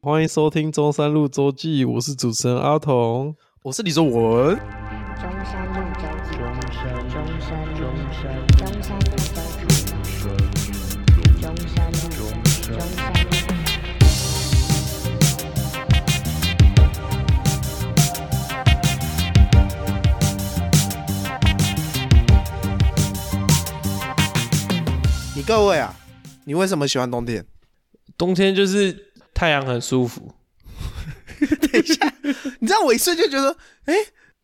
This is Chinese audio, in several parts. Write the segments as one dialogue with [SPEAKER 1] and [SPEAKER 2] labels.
[SPEAKER 1] 欢迎收听中山路周记，我是主持人阿童。
[SPEAKER 2] 我是李卓文，
[SPEAKER 3] 中山路周记，中山路中山路中山路中山路中山路
[SPEAKER 2] 你各位啊，你为什么喜欢冬天？
[SPEAKER 4] 冬天就是太阳很舒服，
[SPEAKER 2] 你知道我一瞬间觉得，哎、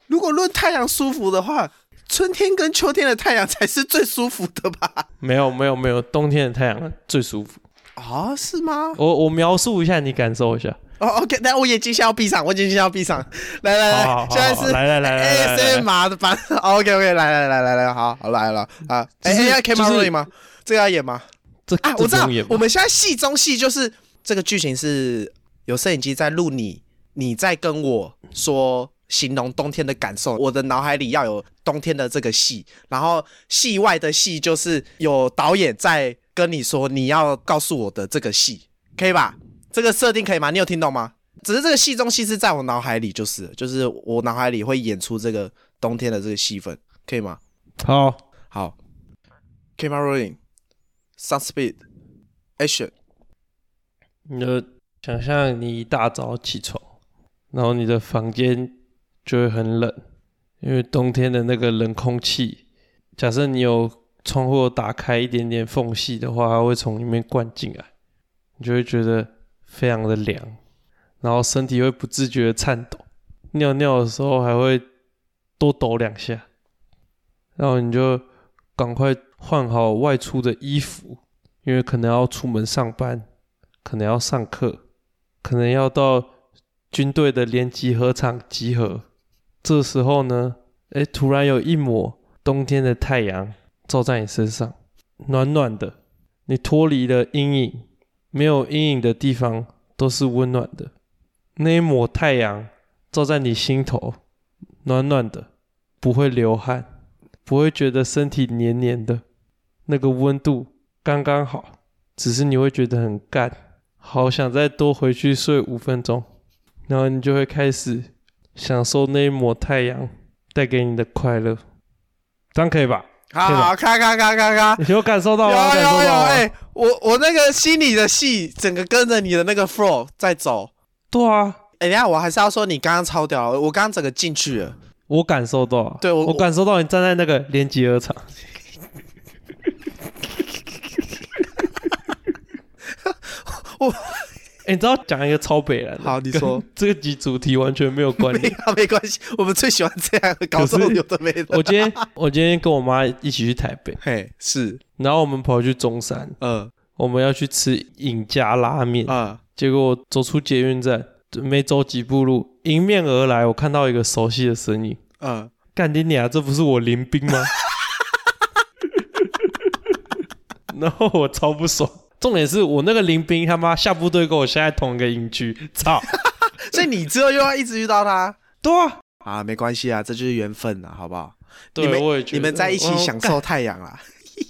[SPEAKER 2] 如果论太阳舒服的话，春天跟秋天的太阳才是最舒服的吧？
[SPEAKER 4] 没有没有没有，冬天的太阳最舒服。
[SPEAKER 2] 啊、是吗？
[SPEAKER 4] 我我描述一下，你感受一下。
[SPEAKER 2] 哦，OK，那我眼睛先要闭上，我眼睛先要闭上。来来来，
[SPEAKER 4] 好好好
[SPEAKER 2] 哎现在是
[SPEAKER 4] 来来来来来来来
[SPEAKER 2] a 麻的版。OK OK，来来来来来，好，好来了啊。哎、
[SPEAKER 4] 就是
[SPEAKER 2] 要 camera
[SPEAKER 4] 就是
[SPEAKER 2] rolling 吗？这个要演吗？
[SPEAKER 4] 这
[SPEAKER 2] 啊，
[SPEAKER 4] 这
[SPEAKER 2] 我知道
[SPEAKER 4] 不用演，吧
[SPEAKER 2] 我们现在戏中戏就是这个剧情是有摄影机在录你，你在跟我说形容冬天的感受，我的脑海里要有冬天的这个戏，然后戏外的戏就是有导演在跟你说你要告诉我的这个戏，可以吧？这个设定可以吗？你有听懂吗？只是这个戏中戏是在我脑海里，就是就是我脑海里会演出这个冬天的这个戏份，可以吗？
[SPEAKER 4] 好，
[SPEAKER 2] 好，camera rolling, sound speed, action。
[SPEAKER 4] 你就想象你一大早起床，然后你的房间就会很冷，因为冬天的那个冷空气，假设你有窗户打开一点点缝隙的话，它会从里面灌进来，你就会觉得非常的凉，然后身体会不自觉的颤抖，尿尿的时候还会多抖两下，然后你就赶快换好外出的衣服，因为可能要出门上班。可能要上课，可能要到军队的联集合场集合。这时候呢，哎，突然有一抹冬天的太阳照在你身上，暖暖的。你脱离了阴影，没有阴影的地方都是温暖的。那一抹太阳照在你心头，暖暖的，不会流汗，不会觉得身体黏黏的，那个温度刚刚好。只是你会觉得很干，好想再多回去睡五分钟，然后你就会开始享受那一抹太阳带给你的快乐，这样可以吧？
[SPEAKER 2] 好
[SPEAKER 4] 对吧
[SPEAKER 2] 好，咔咔咔咔咔，
[SPEAKER 4] 你 有感受
[SPEAKER 2] 有
[SPEAKER 4] 到吗？感
[SPEAKER 2] 有
[SPEAKER 4] 受
[SPEAKER 2] 有，
[SPEAKER 4] 到吗？
[SPEAKER 2] 哎、我我那个心里的戏，整个跟着你的那个 flow 在走。
[SPEAKER 4] 对啊，
[SPEAKER 2] 哎、等一下我还是要说你刚刚超屌了，我刚刚整个进去了。
[SPEAKER 4] 我感受到啊，
[SPEAKER 2] 对我
[SPEAKER 4] 我感受到你站在那个连集合 场，
[SPEAKER 2] 我
[SPEAKER 4] 哎、你知道讲一个超北蓝的，
[SPEAKER 2] 好你说
[SPEAKER 4] 跟这个集主题完 全没有关
[SPEAKER 2] 没
[SPEAKER 4] 联。
[SPEAKER 2] 啊，没关系，我们最喜欢这样搞
[SPEAKER 4] 可
[SPEAKER 2] 这种
[SPEAKER 4] 是
[SPEAKER 2] 有的没的。
[SPEAKER 4] 我今天我今天跟我妈一起去台北，
[SPEAKER 2] 嘿是，
[SPEAKER 4] 然后我们跑去中山，
[SPEAKER 2] 嗯
[SPEAKER 4] 我们要去吃尹家拉面。
[SPEAKER 2] 啊
[SPEAKER 4] 结果我走出捷运站，没走几步路，迎面而来，我看到一个熟悉的身影。
[SPEAKER 2] 嗯，
[SPEAKER 4] 干你娘！这不是我林斌吗？然后我超不爽。重点是我那个林斌他妈下部队跟我现在同一个营区，操！
[SPEAKER 2] 所以你之后又要一直遇到他
[SPEAKER 4] 对啊，
[SPEAKER 2] 啊，没关系啊，这就是缘分啊，好不好？
[SPEAKER 4] 对
[SPEAKER 2] 你们
[SPEAKER 4] 我也觉得
[SPEAKER 2] 你们在一起
[SPEAKER 4] 我
[SPEAKER 2] 享受太阳啦。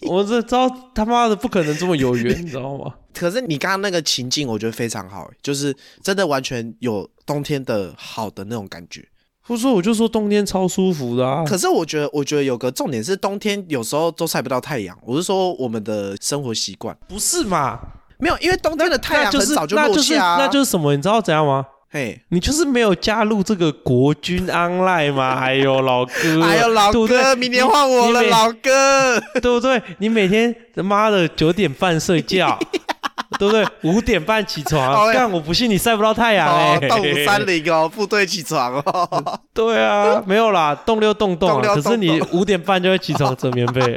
[SPEAKER 4] 我这招他妈的不可能这么有缘，你知道吗？
[SPEAKER 2] 可是你刚刚那个情境，我觉得非常好，欸就是真的完全有冬天的好的那种感觉。
[SPEAKER 4] 不说我就说冬天超舒服的啊。
[SPEAKER 2] 可是我觉得，我觉得有个重点是，冬天有时候都晒不到太阳。我是说我们的生活习惯
[SPEAKER 4] 不是嘛？
[SPEAKER 2] 没有，因为冬天的太
[SPEAKER 4] 那
[SPEAKER 2] 阳
[SPEAKER 4] 就
[SPEAKER 2] 很
[SPEAKER 4] 是
[SPEAKER 2] 早
[SPEAKER 4] 那
[SPEAKER 2] 落
[SPEAKER 4] 就是
[SPEAKER 2] 下、啊
[SPEAKER 4] 那就是什么？你知道怎样吗？
[SPEAKER 2] 嘿，
[SPEAKER 4] 你就是没有加入这个国军 online 嘛？哎呦，老哥，
[SPEAKER 2] 哎呦，老
[SPEAKER 4] 对不
[SPEAKER 2] 哥，
[SPEAKER 4] 对
[SPEAKER 2] 明天换我
[SPEAKER 4] 你
[SPEAKER 2] 了，
[SPEAKER 4] 每
[SPEAKER 2] 老哥。
[SPEAKER 4] 对不对？你每天他妈的九点半睡 觉，对不对？五点半起
[SPEAKER 2] 好
[SPEAKER 4] 床，
[SPEAKER 2] 嘞
[SPEAKER 4] 干我不信你晒不到太阳
[SPEAKER 2] 哎哦
[SPEAKER 4] 哎、，
[SPEAKER 2] 到五三。零哦，部队起床哦。
[SPEAKER 4] 对啊，没有啦，动六动动
[SPEAKER 2] 动
[SPEAKER 4] 啊，
[SPEAKER 2] 六
[SPEAKER 4] 可是你
[SPEAKER 2] 动
[SPEAKER 4] 五点半就会起 床折棉被，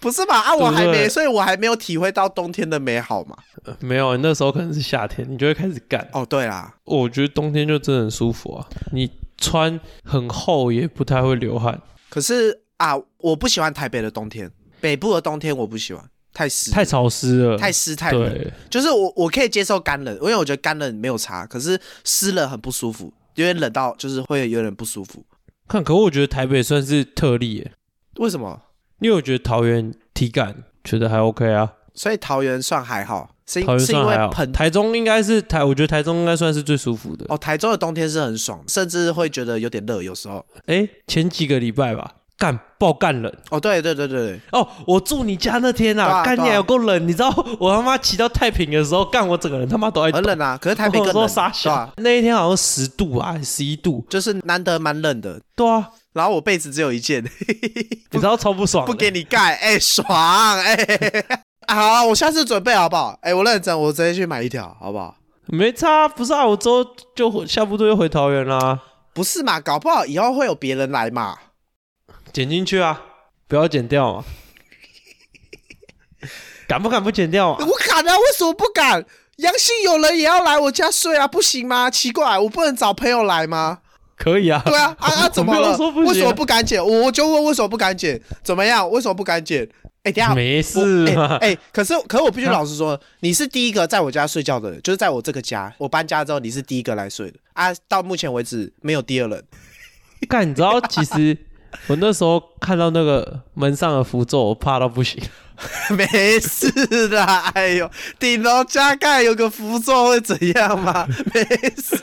[SPEAKER 2] 不是吧？啊，
[SPEAKER 4] 对
[SPEAKER 2] 我
[SPEAKER 4] 不
[SPEAKER 2] 还没，
[SPEAKER 4] 对
[SPEAKER 2] 所以我还没有体会到冬天的美好嘛。
[SPEAKER 4] 呃没有，那时候可能是夏天，你就会开始干。
[SPEAKER 2] 哦，对啦，
[SPEAKER 4] 我觉得冬天就真的很舒服啊，你穿很厚也不太会流汗，
[SPEAKER 2] 可是啊，我不喜欢台北的冬天，北部的冬天我不喜欢，太湿，
[SPEAKER 4] 太潮湿了，
[SPEAKER 2] 太湿太冷。
[SPEAKER 4] 对，
[SPEAKER 2] 就是我我可以接受干冷，因为我觉得干冷没有差，可是湿冷很不舒服，有点冷到就是会有点不舒服。
[SPEAKER 4] 看，可我觉得台北算是特例耶，
[SPEAKER 2] 为什么？
[SPEAKER 4] 因为我觉得桃园体感觉得还 OK 啊，
[SPEAKER 2] 所以桃园算还好，是
[SPEAKER 4] 桃
[SPEAKER 2] 因
[SPEAKER 4] 园
[SPEAKER 2] 是因
[SPEAKER 4] 算
[SPEAKER 2] 为
[SPEAKER 4] 还好，
[SPEAKER 2] 盆
[SPEAKER 4] 台中应该是台，我觉得台中应该算是最舒服的。
[SPEAKER 2] 哦，台州的冬天是很爽，甚至会觉得有点热，有时候。
[SPEAKER 4] 哎、前几个礼拜吧，干爆干冷
[SPEAKER 2] 哦，对对对对对，
[SPEAKER 4] 哦！我住你家那天
[SPEAKER 2] 对啊
[SPEAKER 4] 啊，干
[SPEAKER 2] 对
[SPEAKER 4] 你
[SPEAKER 2] 啊
[SPEAKER 4] 还有够冷，你知道我他妈骑到太平的时候，干我整个人他妈都在
[SPEAKER 2] 很
[SPEAKER 4] 抖
[SPEAKER 2] 冷啊，可是台
[SPEAKER 4] 哎
[SPEAKER 2] 北
[SPEAKER 4] 我
[SPEAKER 2] 更
[SPEAKER 4] 说
[SPEAKER 2] 冷，
[SPEAKER 4] 傻
[SPEAKER 2] 对
[SPEAKER 4] 小
[SPEAKER 2] 吧？，
[SPEAKER 4] 那一天好像十度啊，十一度，
[SPEAKER 2] 就是难得蛮冷的，
[SPEAKER 4] 对啊，
[SPEAKER 2] 然后我被子只有一件，
[SPEAKER 4] 你知道超不爽的，
[SPEAKER 2] 不给你盖，哎、爽，哎、 好，啊我下次准备好不好？哎、我认真，我直接去买一条，好不好？
[SPEAKER 4] 没差，不是啊，我之后就回下部队就回桃园啦，
[SPEAKER 2] 不是嘛，搞不好以后会有别人来嘛。
[SPEAKER 4] 剪进去啊，不要剪掉嘛， 敢不敢不剪掉啊？
[SPEAKER 2] 我敢啊，为什么不敢？阳性有人也要来我家睡啊，不行吗？奇怪，我不能找朋友来吗？
[SPEAKER 4] 可以啊，
[SPEAKER 2] 对啊，啊 啊，怎么
[SPEAKER 4] 我没
[SPEAKER 2] 了
[SPEAKER 4] 有说？不行啊
[SPEAKER 2] 为什么不敢剪？我我就问为什么不敢剪？怎么样？为什么不敢剪？哎、等一下
[SPEAKER 4] 没
[SPEAKER 2] 我
[SPEAKER 4] 事啊
[SPEAKER 2] 哎、
[SPEAKER 4] 嘛，
[SPEAKER 2] 哎可是可是我必须老实说，你是第一个在我家睡觉的人，就是在我这个家，我搬家之后你是第一个来睡的啊。到目前为止没有第二人， 哎
[SPEAKER 4] 干，你知道其实我那时候看到那个门上的符咒，我怕到不行。
[SPEAKER 2] 没事的。哎呦，顶楼加盖有个符咒会怎样吗？ 没事。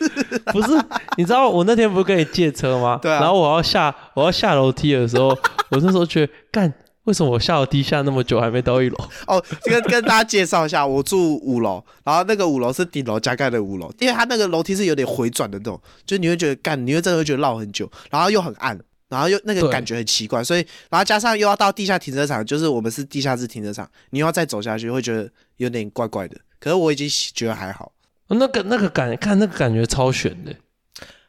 [SPEAKER 4] 不是，你知道我那天不是跟你借车吗？
[SPEAKER 2] 对啊
[SPEAKER 4] 然后我要下我要下楼梯的时 候，我那时候觉得干。为什么我下楼梯下那么久还没到一楼？
[SPEAKER 2] 哦，跟跟大家介绍一下，我住五楼，然后那个五楼是顶楼加盖的五楼，因为它那个楼梯是有点回转的那种，就你会觉得干，你会真的会觉得绕很久，然后又很暗，然后又那个
[SPEAKER 4] 对
[SPEAKER 2] 感觉很奇怪，所以然后加上又要到地下停车场，就是我们是地下室停车场，你又要再走下去，会觉得有点怪怪的。可是我已经觉得还好，
[SPEAKER 4] 那个那个感，看那个感觉超悬的。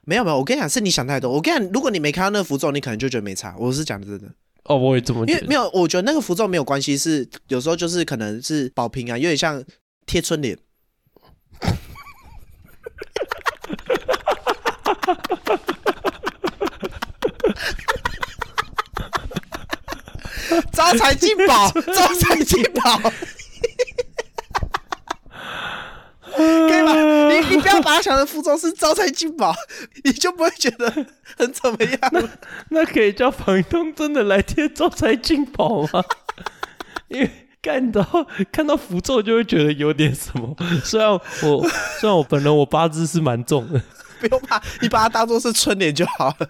[SPEAKER 2] 没有没有，我跟你讲，是你想太多。我跟你讲，如果你没看到那个符咒，你可能就觉得没差。我是讲真的。
[SPEAKER 4] 哦，我也这么
[SPEAKER 2] 因
[SPEAKER 4] 觉
[SPEAKER 2] 为
[SPEAKER 4] 得。
[SPEAKER 2] 没有，我觉得那个符咒没有关系，是有时候就是可能是保平啊，有点像贴春联。 招财进宝，招财进宝，可以吗？你你不要把它想成符咒是招财进宝，你就不会觉得很怎么样了。
[SPEAKER 4] 那可以叫房东真的来贴招财进宝吗？ 因为看到看到符咒就会觉得有点什么。 虽然我虽然我本人我八字是蛮重的，
[SPEAKER 2] 不用怕，你把它当做是春联就好了。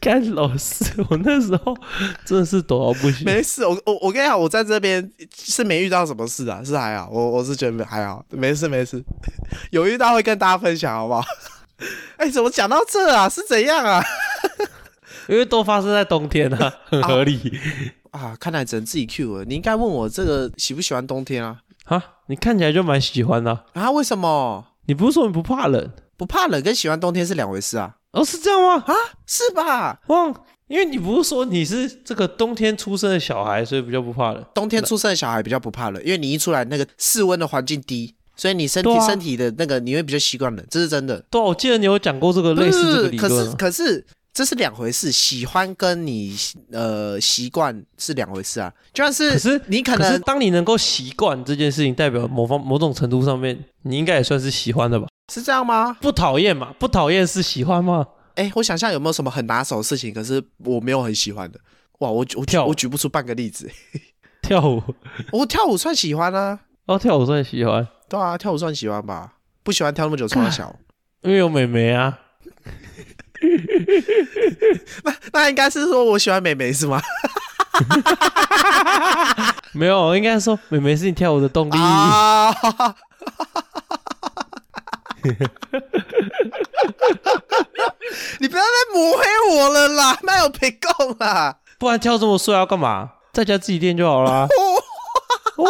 [SPEAKER 4] 干老师，我那时候真的是躲到不行。
[SPEAKER 2] 没事，我我我跟你讲，我在这边是没遇到什么事啊，是还好，我我是觉得还好，没事没事， 有遇到会跟大家分享，好不好？ 哎、怎么讲到这啊？是怎样啊？
[SPEAKER 4] 因为都发生在冬天啊，很合理
[SPEAKER 2] 啊，看来只能自己 Q 了。你应该问我这个喜不喜欢冬天啊？
[SPEAKER 4] 啊。你看起来就蛮喜欢的啊、
[SPEAKER 2] 啊，为什么
[SPEAKER 4] 你不是说你不怕冷？
[SPEAKER 2] 不怕冷跟喜欢冬天是两回事啊？
[SPEAKER 4] 哦，是这样吗？
[SPEAKER 2] 啊，是吧？
[SPEAKER 4] 哇，因为你不是说你是这个冬天出生的小孩，所以比较不怕冷。
[SPEAKER 2] 冬天出生的小孩比较不怕冷，因为你一出来那个室温的环境低，所以你身体、
[SPEAKER 4] 对啊
[SPEAKER 2] 身体的那个你会比较习惯冷，这是真的。
[SPEAKER 4] 对啊、我记得你有讲过这个类似这个理
[SPEAKER 2] 可
[SPEAKER 4] 论、
[SPEAKER 2] 是
[SPEAKER 4] 啊。
[SPEAKER 2] 可是这是两回事，喜欢跟你呃习惯是两回事啊。就算是
[SPEAKER 4] 可是
[SPEAKER 2] 你可
[SPEAKER 4] 是
[SPEAKER 2] 能
[SPEAKER 4] 当你能够习惯这件事情，代表某方某种程度上面，你应该也算是喜欢的吧？
[SPEAKER 2] 是这样吗？
[SPEAKER 4] 不讨厌嘛？不讨厌是喜欢吗？
[SPEAKER 2] 哎，我想象有没有什么很拿手的事情，可是我没有很喜欢的。哇，我我举
[SPEAKER 4] 跳舞
[SPEAKER 2] 我举不出半个例子。
[SPEAKER 4] 跳舞，
[SPEAKER 2] 我跳舞算喜欢啊，
[SPEAKER 4] 哦，跳舞算喜欢，
[SPEAKER 2] 对啊，跳舞算喜欢吧。不喜欢跳那么久，从 小。
[SPEAKER 4] 因为有美眉啊。
[SPEAKER 2] 那应该是说我喜欢美眉是吗？
[SPEAKER 4] 没有，应该说美眉是你跳舞的动力。
[SPEAKER 2] 啊，你不要再抹黑我了啦，那有陪供啦。
[SPEAKER 4] 不然跳这么帅要干嘛？在家自己练就好 啦。哇，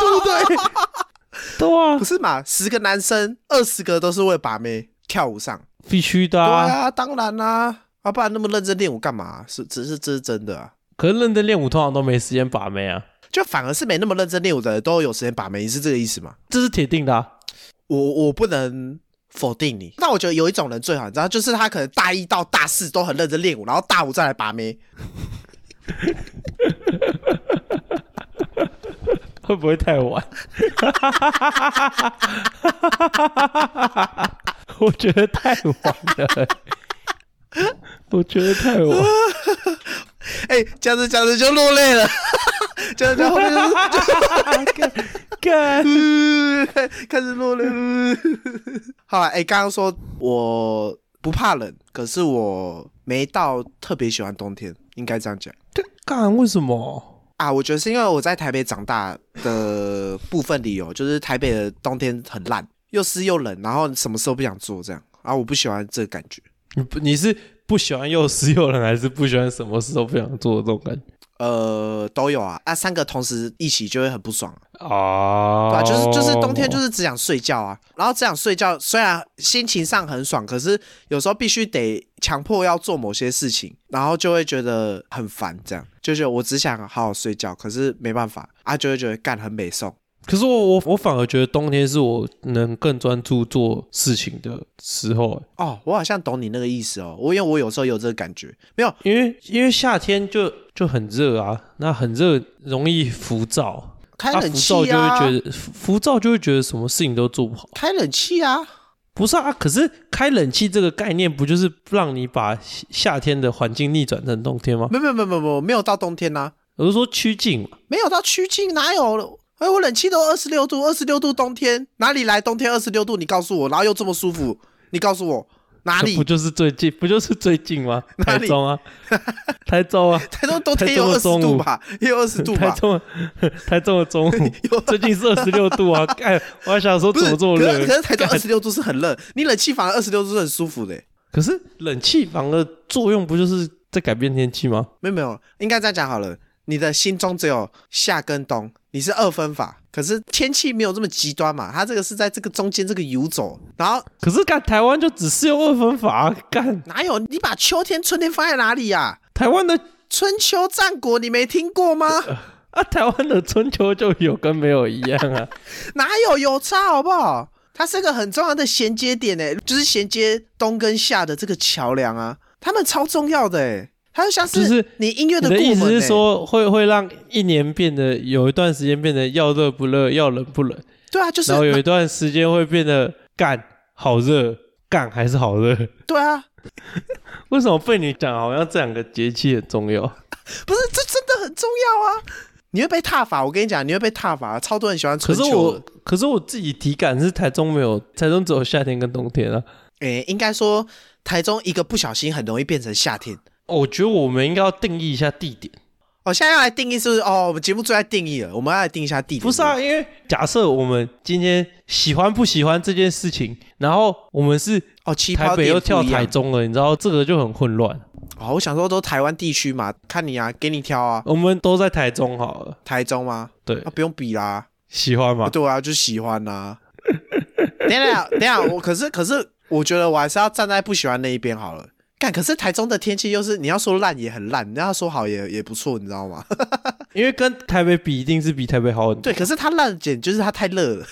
[SPEAKER 4] 对不对？对啊
[SPEAKER 2] 不，是嘛？十个男生，二十个都是为把妹跳舞上。
[SPEAKER 4] 必须的
[SPEAKER 2] 对
[SPEAKER 4] 啊。
[SPEAKER 2] 啊，当然啦、啊，不然那么认真练舞干嘛、啊是，只是这是真的啊。
[SPEAKER 4] 可是认真练舞通常都没时间把妹啊，
[SPEAKER 2] 就反而是没那么认真练舞的人都有时间把妹，你是这个意思吗？
[SPEAKER 4] 这是铁定的、啊。
[SPEAKER 2] 我我不能否定你。那我觉得有一种人最好，你知道，就是他可能大一到大四都很认真练舞，然后大五再来把妹。
[SPEAKER 4] 会不会太晚？ 我觉得太晚了，我觉得太晚。
[SPEAKER 2] 哎、讲着讲着就落泪了，讲着讲着后面就是
[SPEAKER 4] 干干，
[SPEAKER 2] 开始落了。好了，哎、刚刚说我不怕冷，可是我没到特别喜欢冬天，应该这样讲
[SPEAKER 4] 这干为什么？
[SPEAKER 2] 啊。我觉得是因为我在台北长大的部分理由，就是台北的冬天很烂，又湿又冷，然后什么事都不想做这样啊，我不喜欢这个感觉。
[SPEAKER 4] 你不你是不喜欢又湿又冷，还是不喜欢什么事都不想做的这种感觉？
[SPEAKER 2] 呃，都有啊，啊，三个同时一起就会很不爽、啊，
[SPEAKER 4] 哦
[SPEAKER 2] 对、啊，就是就是冬天就是是只想睡觉啊，然后只想睡觉，虽然心情上很爽，可是有时候必须得强迫要做某些事情，然后就会觉得很烦，这样就是我只想好好睡觉，可是没办法啊，就会觉得干很美送。
[SPEAKER 4] 可是我我我反而觉得冬天是我能更专注做事情的时候、欸
[SPEAKER 2] 哦，我好像懂你那个意思哦，我因为我有时候有这个感觉，没有
[SPEAKER 4] 因为因为夏天就就很热啊，那很热容易浮躁，
[SPEAKER 2] 开
[SPEAKER 4] 啊
[SPEAKER 2] 冷
[SPEAKER 4] 浮躁
[SPEAKER 2] 气
[SPEAKER 4] 就会
[SPEAKER 2] 啊，
[SPEAKER 4] 觉得浮浮躁就会觉得什么事情都做不好。
[SPEAKER 2] 开冷气啊，
[SPEAKER 4] 不是啊，可是开冷气这个概念不就是让你把夏夏天的环境逆转成冬天吗？
[SPEAKER 2] 没有没有没有没有没有没有到冬天呐、啊
[SPEAKER 4] 我是说趋近嘛，
[SPEAKER 2] 没有到趋近，哪有？哎，我冷气都二十六度，二十六度冬天哪里来冬天二十六度？你告诉我，然后又这么舒服，你告诉我哪
[SPEAKER 4] 这不
[SPEAKER 2] 里？
[SPEAKER 4] 就是最近，不就是最近吗？
[SPEAKER 2] 哪
[SPEAKER 4] 台
[SPEAKER 2] 里
[SPEAKER 4] 中啊，台中 啊，
[SPEAKER 2] 台中冬天
[SPEAKER 4] 台
[SPEAKER 2] 有
[SPEAKER 4] 中
[SPEAKER 2] 二
[SPEAKER 4] 的
[SPEAKER 2] 十
[SPEAKER 4] 中午
[SPEAKER 2] 度吧，也有二十度
[SPEAKER 4] 台
[SPEAKER 2] 吧。
[SPEAKER 4] 中，啊台中的中午 最近是二十六度啊！哎，我还想说
[SPEAKER 2] 啊不
[SPEAKER 4] 怎
[SPEAKER 2] 是，
[SPEAKER 4] 么这么
[SPEAKER 2] 可是可
[SPEAKER 4] 热？
[SPEAKER 2] 是台中二十六度是很热，你冷气反而二十六度是很舒服的。
[SPEAKER 4] 可是冷气房的作用不就是在改变天气吗？
[SPEAKER 2] 没有没有，应该这样讲好了。你的心中只有夏跟冬，你是二分法，可是天气没有这么极端嘛，它这个是在这个中间这个游走，然后
[SPEAKER 4] 可是干台湾就只适用二分法啊干
[SPEAKER 2] 哪有你把秋天、春天放在哪里呀、
[SPEAKER 4] 台湾的
[SPEAKER 2] 春秋战国你没听过吗？
[SPEAKER 4] 啊，台湾的春秋就有跟没有一样 啊。
[SPEAKER 2] 哪有有差好不好？它是个很重要的衔接点诶，就是衔接东跟夏的这个桥梁啊，他们超重要的诶，它就像
[SPEAKER 4] 就是
[SPEAKER 2] 你音乐
[SPEAKER 4] 你
[SPEAKER 2] 过
[SPEAKER 4] 的欸
[SPEAKER 2] 门欸
[SPEAKER 4] 意思是
[SPEAKER 2] 诶，
[SPEAKER 4] 说，会会让一年变得有一段时间变得要热不热，要冷不冷，
[SPEAKER 2] 对啊，就是
[SPEAKER 4] 然后有一段时间会变得干好热，干还是好热。
[SPEAKER 2] 对啊，
[SPEAKER 4] 为什么被你讲好像这两个节气很重要？
[SPEAKER 2] 不是这真的很重要啊，你会被踏伐，我跟你讲，你会被踏伐，超多人喜欢
[SPEAKER 4] 可
[SPEAKER 2] 春
[SPEAKER 4] 是
[SPEAKER 2] 秋的。
[SPEAKER 4] 我，可是我自己体感是台中没有，台中只有夏天跟冬天啊。
[SPEAKER 2] 诶，应该说台中一个不小心很容易变成夏天。
[SPEAKER 4] 哦我觉得我们应该要定义一下地点，
[SPEAKER 2] 哦，现在要来定义是不是？哦，我们节目最爱定义了，我们要来定一下地点。
[SPEAKER 4] 不是啊，因为假设我们今天喜欢不喜欢这件事情，然后我们是
[SPEAKER 2] 哦，旗
[SPEAKER 4] 台
[SPEAKER 2] 袍
[SPEAKER 4] 北
[SPEAKER 2] 点
[SPEAKER 4] 又
[SPEAKER 2] 不
[SPEAKER 4] 跳
[SPEAKER 2] 一样
[SPEAKER 4] 台中了，你知道这个就很混乱。
[SPEAKER 2] 哦，我想说都台湾地区嘛，看你啊，给你挑啊，
[SPEAKER 4] 我们都在台中好了，
[SPEAKER 2] 台中吗？
[SPEAKER 4] 对
[SPEAKER 2] 啊，，不用比啦，
[SPEAKER 4] 喜欢
[SPEAKER 2] 啊
[SPEAKER 4] 吗？
[SPEAKER 2] 对啊，就喜欢啦、等一下，等一下，我可是可是，我觉得我还是要站在不喜欢那一边好了。干，可是台中的天气又是你要说烂也很烂，你要说好也也不错，你知道吗？
[SPEAKER 4] 因为跟台北比，一定是比台北好很多。
[SPEAKER 2] 对，可是它烂简就是它太热了。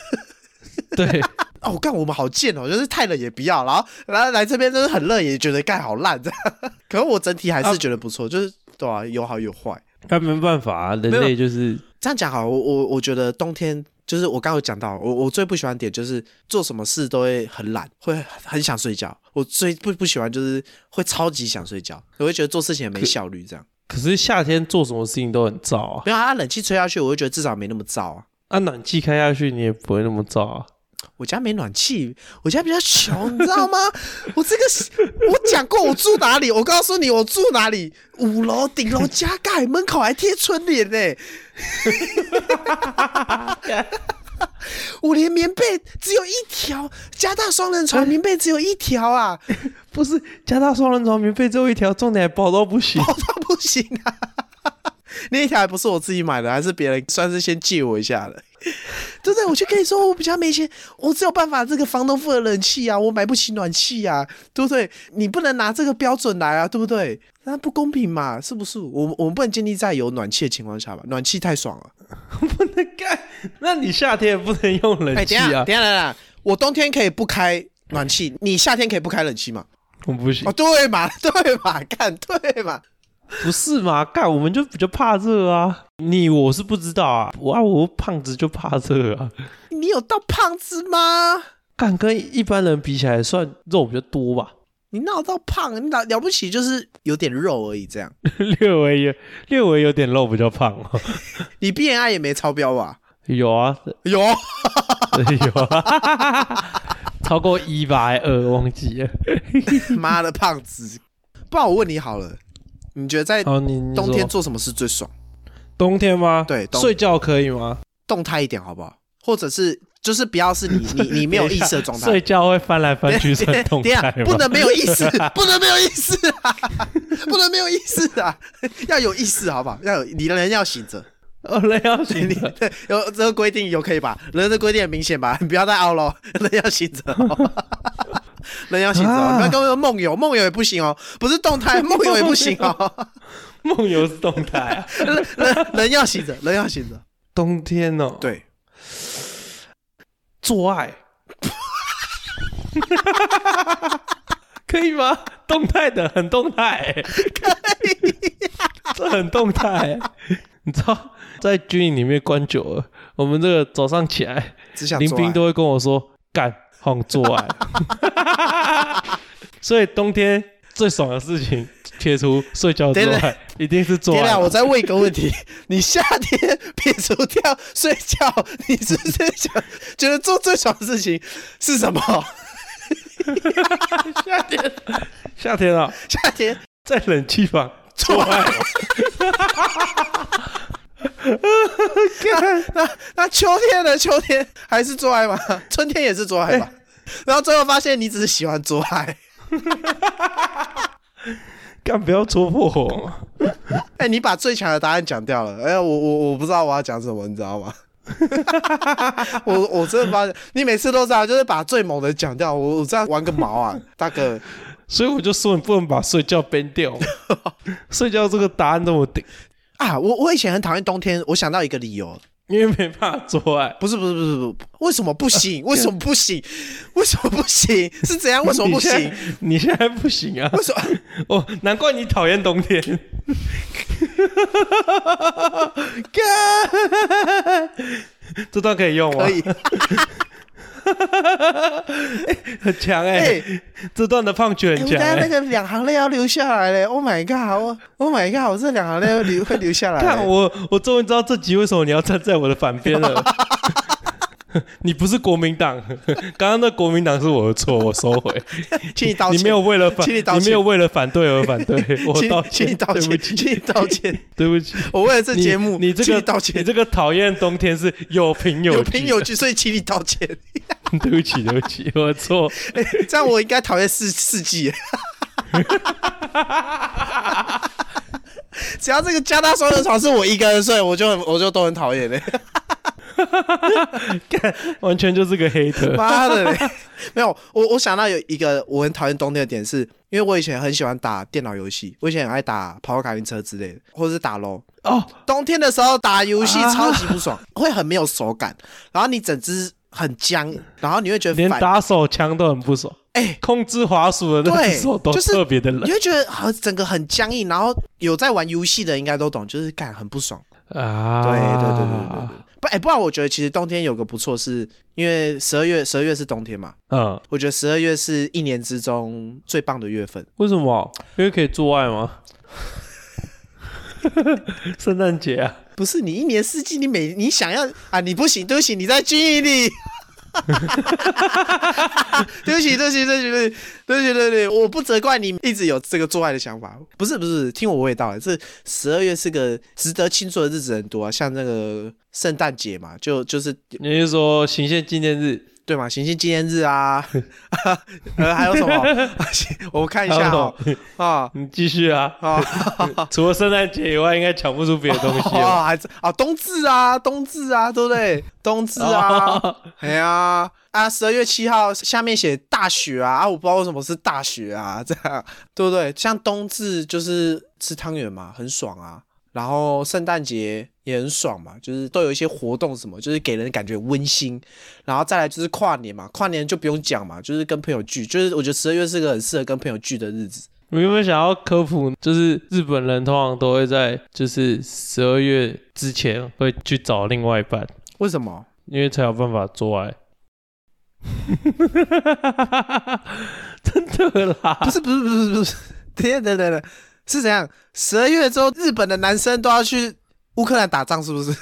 [SPEAKER 4] 对，
[SPEAKER 2] 哦，干，我们好贱哦，就是太冷也不要，然后然后来这边就是很热也觉得干好烂这样。 可是我整体还是觉得不错，就是对啊，有好有坏。
[SPEAKER 4] 但没办法啊，人
[SPEAKER 2] 没
[SPEAKER 4] 类就是
[SPEAKER 2] 这样讲好了，我我我觉得冬天就是我刚刚有讲到，我我最不喜欢的点就是做什么事都会很懒，会很想睡觉。我最不不喜欢就是会超级想睡觉，我会觉得做事情也没效率这样。
[SPEAKER 4] 可是夏天做什么事情都很燥啊，
[SPEAKER 2] 没有啊，冷气吹下去，我就觉得至少没那么燥啊。
[SPEAKER 4] 啊，暖气开下去你也不会那么燥啊。
[SPEAKER 2] 我家没暖气，我家比较穷，你知道吗？我这个 我讲过我住哪里，我告诉你我住哪里，五楼顶楼加盖，门口还贴春联呢、 我连棉被只有一条，加大双人床棉被只有一条啊，
[SPEAKER 4] 不是，加大双人床棉被只有一条，重点还薄到不行。
[SPEAKER 2] 我怕 不行啊。那一条还不是我自己买的，还是别人算是先借我一下的。对不对？我就跟你说，我比较没钱，我只有办法这个房东付的冷气啊，我买不起暖气啊，对不对？你不能拿这个标准来啊，对不对？那不公平嘛，是不是？我们我们不能建立在有暖气的情况下吧？暖气太爽啊了。
[SPEAKER 4] 不能干，那你夏天也不能用冷
[SPEAKER 2] 哎、
[SPEAKER 4] 气
[SPEAKER 2] 等一下，
[SPEAKER 4] 啊
[SPEAKER 2] 等。一下，等一下，我冬天可以不开暖气，你夏天可以不开冷气嘛？
[SPEAKER 4] 我不行
[SPEAKER 2] 哦，，对嘛，对嘛，干对嘛。
[SPEAKER 4] 不是嘛？干，我们就比较怕热啊。你我是不知道啊，我啊我胖子就怕热啊。
[SPEAKER 2] 你有到胖子吗？
[SPEAKER 4] 干跟一般人比起来，算肉比较多 吧。
[SPEAKER 2] 你闹到胖，你了了不起就是有点肉而已，这样。
[SPEAKER 4] 略微有略微有点肉比较胖哦。
[SPEAKER 2] 你 BMI 也没超标吧？
[SPEAKER 4] 有啊，
[SPEAKER 2] 有，
[SPEAKER 4] 有啊， 超过一吧，还二忘记了。
[SPEAKER 2] 妈的胖子！不然我问你好了，你觉得在
[SPEAKER 4] 哦，你你
[SPEAKER 2] 冬天
[SPEAKER 4] 说
[SPEAKER 2] 做什么事最爽？
[SPEAKER 4] 冬天吗？
[SPEAKER 2] 对冬
[SPEAKER 4] 睡觉可以吗？
[SPEAKER 2] 动态一点好不好？或者是就是不要是你 你你没有意识的状态
[SPEAKER 4] 睡。觉会翻来翻 去
[SPEAKER 2] 等
[SPEAKER 4] 算动
[SPEAKER 2] 一下
[SPEAKER 4] 态吗？
[SPEAKER 2] 不能没有意识，不能没有意识啊，不能没有意识啊， 要有意识好不好？要有你的人要醒着，
[SPEAKER 4] 哦，那要
[SPEAKER 2] 你
[SPEAKER 4] 醒
[SPEAKER 2] 你
[SPEAKER 4] 着。
[SPEAKER 2] 对有这个规定有可以吧？人的规定很明显吧？ 你不要再凹喽，人要醒着哦， 人要醒着哦，
[SPEAKER 4] 啊
[SPEAKER 2] 不要跟我梦游，梦游也不行哦，不是动 态，梦游也不行哦，
[SPEAKER 4] 梦游是动态 啊。
[SPEAKER 2] 人人人要醒着，人要醒着，
[SPEAKER 4] 冬天哦，，
[SPEAKER 2] 对，
[SPEAKER 4] 做爱， 可以吗？动态的，很动态欸、
[SPEAKER 2] 啊
[SPEAKER 4] 这很动态欸、你知道，在军营里面关久了，我们这个早上起来，
[SPEAKER 2] 只想
[SPEAKER 4] 林
[SPEAKER 2] 做
[SPEAKER 4] 兵
[SPEAKER 2] 爱
[SPEAKER 4] 都会跟我说干，好想做爱。 所以冬天最爽的事情，撇除睡觉之
[SPEAKER 2] 等
[SPEAKER 4] 外，一定是做
[SPEAKER 2] 天
[SPEAKER 4] 爱
[SPEAKER 2] 亮，。我再问一个问题： 你夏天撇除掉睡觉， 你是不是想觉得做最爽的事情是什么？
[SPEAKER 4] 夏天啊，
[SPEAKER 2] 夏天
[SPEAKER 4] 在冷气房
[SPEAKER 2] 做爱。那那那秋天呢？秋天还是做爱吗？ 春天也是做爱吧。
[SPEAKER 4] 哎
[SPEAKER 2] 然后最后发现你只是喜欢做爱。
[SPEAKER 4] 干，不要戳破我嘛。
[SPEAKER 2] 哎、你把最强的答案讲掉了。哎、呀，我我我不知道我要讲什么，你知道吗？ 我我真的发现你每次都这样，就是把最猛的讲掉。我我这样玩个毛啊， 大哥！
[SPEAKER 4] 所以我就说你不能把睡觉编掉， 睡觉这个答案那么顶，
[SPEAKER 2] 啊，我我以前很讨厌冬天，我想到一个理由，
[SPEAKER 4] 因为没办法做爱。
[SPEAKER 2] 不是不是不是不是，为什么 不行？为什么不行？为什么不行？是怎样？为什么不行？
[SPEAKER 4] 你现在？你现在不行啊！
[SPEAKER 2] 为什么？
[SPEAKER 4] 哦，难怪你讨厌冬天。 干这段可以用吗？
[SPEAKER 2] 可以，
[SPEAKER 4] 很强 哎、
[SPEAKER 2] 哎
[SPEAKER 4] 这段的胖曲很
[SPEAKER 2] 我
[SPEAKER 4] 强、
[SPEAKER 2] 刚刚那
[SPEAKER 4] 欸。
[SPEAKER 2] 个两行泪要流下来嘞！Oh my god！我 Oh my god！我这两行泪会流会流下来 嘞。
[SPEAKER 4] 看我，我终于知道这集为什么你要站在我的反边 了。你不是国民党，刚刚那国民党是我的错，我收回。
[SPEAKER 2] 请你道歉，
[SPEAKER 4] 你没有为了反，
[SPEAKER 2] 请你道歉
[SPEAKER 4] 没有为了反对而反对，我道歉，
[SPEAKER 2] 请请你
[SPEAKER 4] 对
[SPEAKER 2] 道
[SPEAKER 4] 不
[SPEAKER 2] 歉，
[SPEAKER 4] 起，
[SPEAKER 2] 请你道歉。
[SPEAKER 4] 对不起。
[SPEAKER 2] 我为了这节目，
[SPEAKER 4] 你你这
[SPEAKER 2] 请
[SPEAKER 4] 个
[SPEAKER 2] 你道
[SPEAKER 4] 你
[SPEAKER 2] 歉，
[SPEAKER 4] 这个讨厌冬天是有凭
[SPEAKER 2] 有
[SPEAKER 4] 据，
[SPEAKER 2] 凭有据，所以请你道歉。
[SPEAKER 4] 对不起，对不起，我的错。
[SPEAKER 2] 哎这样我应该讨厌四 四季。只要这个加大双人床是我一个人睡，我就很我就都很讨厌嘞。
[SPEAKER 4] 干，完全就是个黑特。
[SPEAKER 2] 妈的嘞！没有，我我想到有一个我很讨厌冬天的点是，因为我以前很喜欢打电脑游戏，我以前很爱打跑跑卡丁车之类的，或者是打龙。
[SPEAKER 4] 哦，
[SPEAKER 2] 冬天的时候打游戏超级不爽，会很没有手感，然后你整只很僵，然后你会觉得
[SPEAKER 4] 连
[SPEAKER 2] 烦。
[SPEAKER 4] 打手枪都很不爽，
[SPEAKER 2] 哎
[SPEAKER 4] 控制滑鼠的那
[SPEAKER 2] 对
[SPEAKER 4] 只手都
[SPEAKER 2] 就是
[SPEAKER 4] 特别的冷
[SPEAKER 2] 你会觉得好，整个很僵硬，然后有在玩游戏的应该都懂，就是感很不爽。
[SPEAKER 4] 啊！
[SPEAKER 2] 对对对对对对。不，哎、不然我觉得其实冬天有个不错是，因为十二月十二月是冬天嘛，
[SPEAKER 4] 嗯，
[SPEAKER 2] 我觉得十二月是一年之中最棒的月份。
[SPEAKER 4] 为什么？因为可以做爱吗？ 圣诞节啊，
[SPEAKER 2] 不是你一年四季，你每你想要啊，你不行，对不起，你在军营里。 对不起，对不起，对不起，对不起，对不起，对不起，我不责怪你一直有这个做爱的想法。不是，不是，听我味道，这十二月是个值得庆祝的日子很多啊，像那个圣诞节嘛，就就是
[SPEAKER 4] 你是说行宪纪念日？
[SPEAKER 2] 对嘛，行星纪念日啊， 呃，还有什么？ 我看一下 哦，啊
[SPEAKER 4] 你继续啊。
[SPEAKER 2] 啊。
[SPEAKER 4] 除了圣诞节以外，应该讲不出别的东西了。
[SPEAKER 2] 哦，还是啊，冬至啊，冬至啊，对不对？冬至
[SPEAKER 4] 哦
[SPEAKER 2] 啊，哎呀啊，十二月七号下面写大雪啊，啊，我不知道为什么是大雪啊， 这样对不对？像冬至就是吃汤圆嘛，很爽啊。然后圣诞节也很爽嘛，就是都有一些活动什么，就是给人感觉温馨。然后再来就是跨年嘛，跨年就不用讲嘛，就是跟朋友聚，就是我觉得十二月是个很适合跟朋友聚的日子。
[SPEAKER 4] 我原本想要科普，就是日本人通常都会在就是十二月之前会去找另外一半，
[SPEAKER 2] 为什么？
[SPEAKER 4] 因为才有办法做爱。 真的啦
[SPEAKER 2] 不，是不是不是不是，等一下等一下等等，是怎样？十二月之后，日本的男生都要去乌克兰打仗，是不是？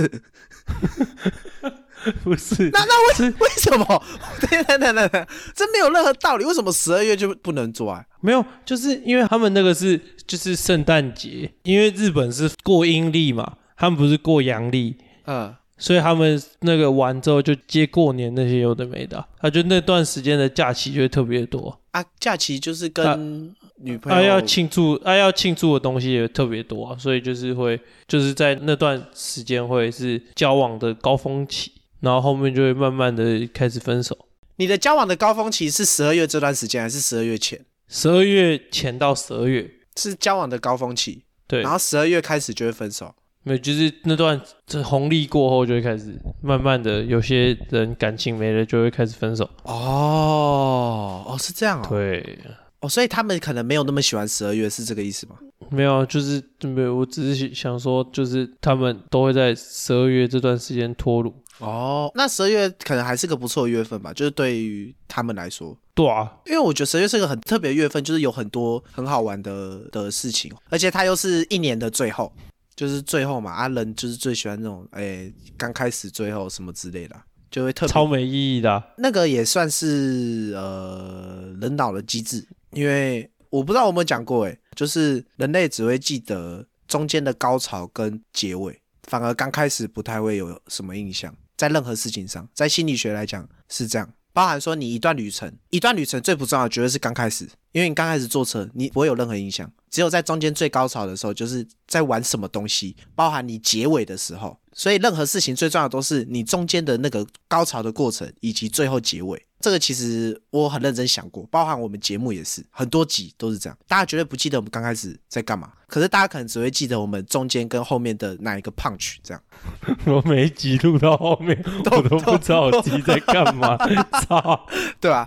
[SPEAKER 4] 不是，
[SPEAKER 2] 那那为
[SPEAKER 4] 是
[SPEAKER 2] 为什么？ 等一下等一下等一下，这没有任何道理。为什么十二月就不能做爱？啊
[SPEAKER 4] 没有，就是因为他们那个是就是圣诞节，因为日本是过阴历嘛，他们不是过阳历，
[SPEAKER 2] 嗯，
[SPEAKER 4] 所以他们那个完之后就接过年那些有的没的，啊他就那段时间的假期就会特别多，
[SPEAKER 2] 啊，假期就是跟女朋
[SPEAKER 4] 他、
[SPEAKER 2] 友、
[SPEAKER 4] 啊要庆祝，他、要庆祝的东西也特别多、啊，所以就是会就是在那段时间会是交往的高峰期，然后后面就会慢慢的开始分手。
[SPEAKER 2] 你的交往的高峰期是十二月这段时间，还是十二月前？
[SPEAKER 4] 十二月前到十二月，
[SPEAKER 2] 是交往的高峰期，
[SPEAKER 4] 对
[SPEAKER 2] 然，后十二月开始就会分手。
[SPEAKER 4] 没有，就是那段这红利过后，就会开始慢慢的，有些人感情没了，就会开始分手。
[SPEAKER 2] 哦，哦，是这样哦，
[SPEAKER 4] 对，
[SPEAKER 2] 哦，所以他们可能没有那么喜欢十二月，是这个意思吗？
[SPEAKER 4] 没有，啊就是没有，我只是想说，就是他们都会在十二月这段时间脱乳。
[SPEAKER 2] 哦，那十二月可能还是个不错的月份吧，就是对于他们来说，
[SPEAKER 4] 对啊，
[SPEAKER 2] 因为我觉得十二月是个很特别的月份，就是有很多很好玩的的事情，而且它又是一年的最后，就是最后嘛，啊，人就是最喜欢那种，哎，刚开始、最后什么之类的啊，就会特别
[SPEAKER 4] 超没意义的啊、
[SPEAKER 2] 那个也算是呃人脑的机制，因为我不知道我有没有讲过、欸，就是人类只会记得中间的高潮跟结尾，反而刚开始不太会有什么印象，在任何事情上，在心理学来讲是这样。包含说你一段旅程，一段旅程最不重要的绝对是刚开始，因为你刚开始坐车，你不会有任何印象，只有在中间最高潮的时候，就是在玩什么东西，包含你结尾的时候。所以任何事情最重要的都是你中间的那个高潮的过程，以及最后结尾。这个其实我很认真想过，包含我们节目也是，很多集都是这样。大家绝对不记得我们刚开始在干嘛，可是大家可能只会记得我们中间跟后面的那一个 punch 这样。
[SPEAKER 4] 我每一集录到后面，我 都不知道我自己在干嘛。操！
[SPEAKER 2] 对吧、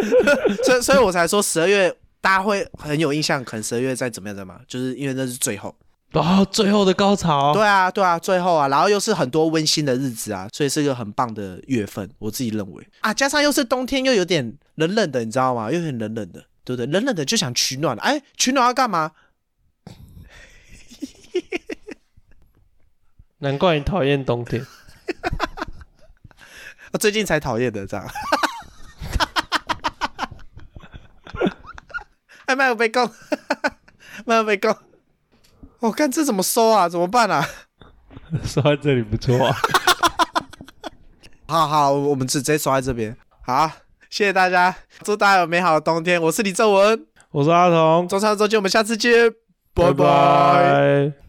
[SPEAKER 2] 所以，所以我才说十二月大家会很有印象，可能十二月再怎么样的嘛，就是因为那是最后。
[SPEAKER 4] 然后最后的高潮，
[SPEAKER 2] 对啊，对啊，最后啊，然后又是很多温馨的日子啊，所以是一个很棒的月份，我自己认为啊，加上又是冬天，又有点冷冷的，你知道吗？又很冷冷的，对不对？冷冷的就想取暖了，哎，取暖要干嘛？
[SPEAKER 4] 难怪你讨厌冬天。
[SPEAKER 2] 啊最近才讨厌的这样。 哎，麦有被供， 麦有被供，我、看这怎么收啊？怎么办啊？
[SPEAKER 4] 说到这里不错 啊，
[SPEAKER 2] 好好，我们直接刷在这边。好，谢谢大家，祝大家有美好的冬天。我是李正文，
[SPEAKER 4] 我是阿童，
[SPEAKER 2] 中山周记，我们下次见，拜拜
[SPEAKER 4] 拜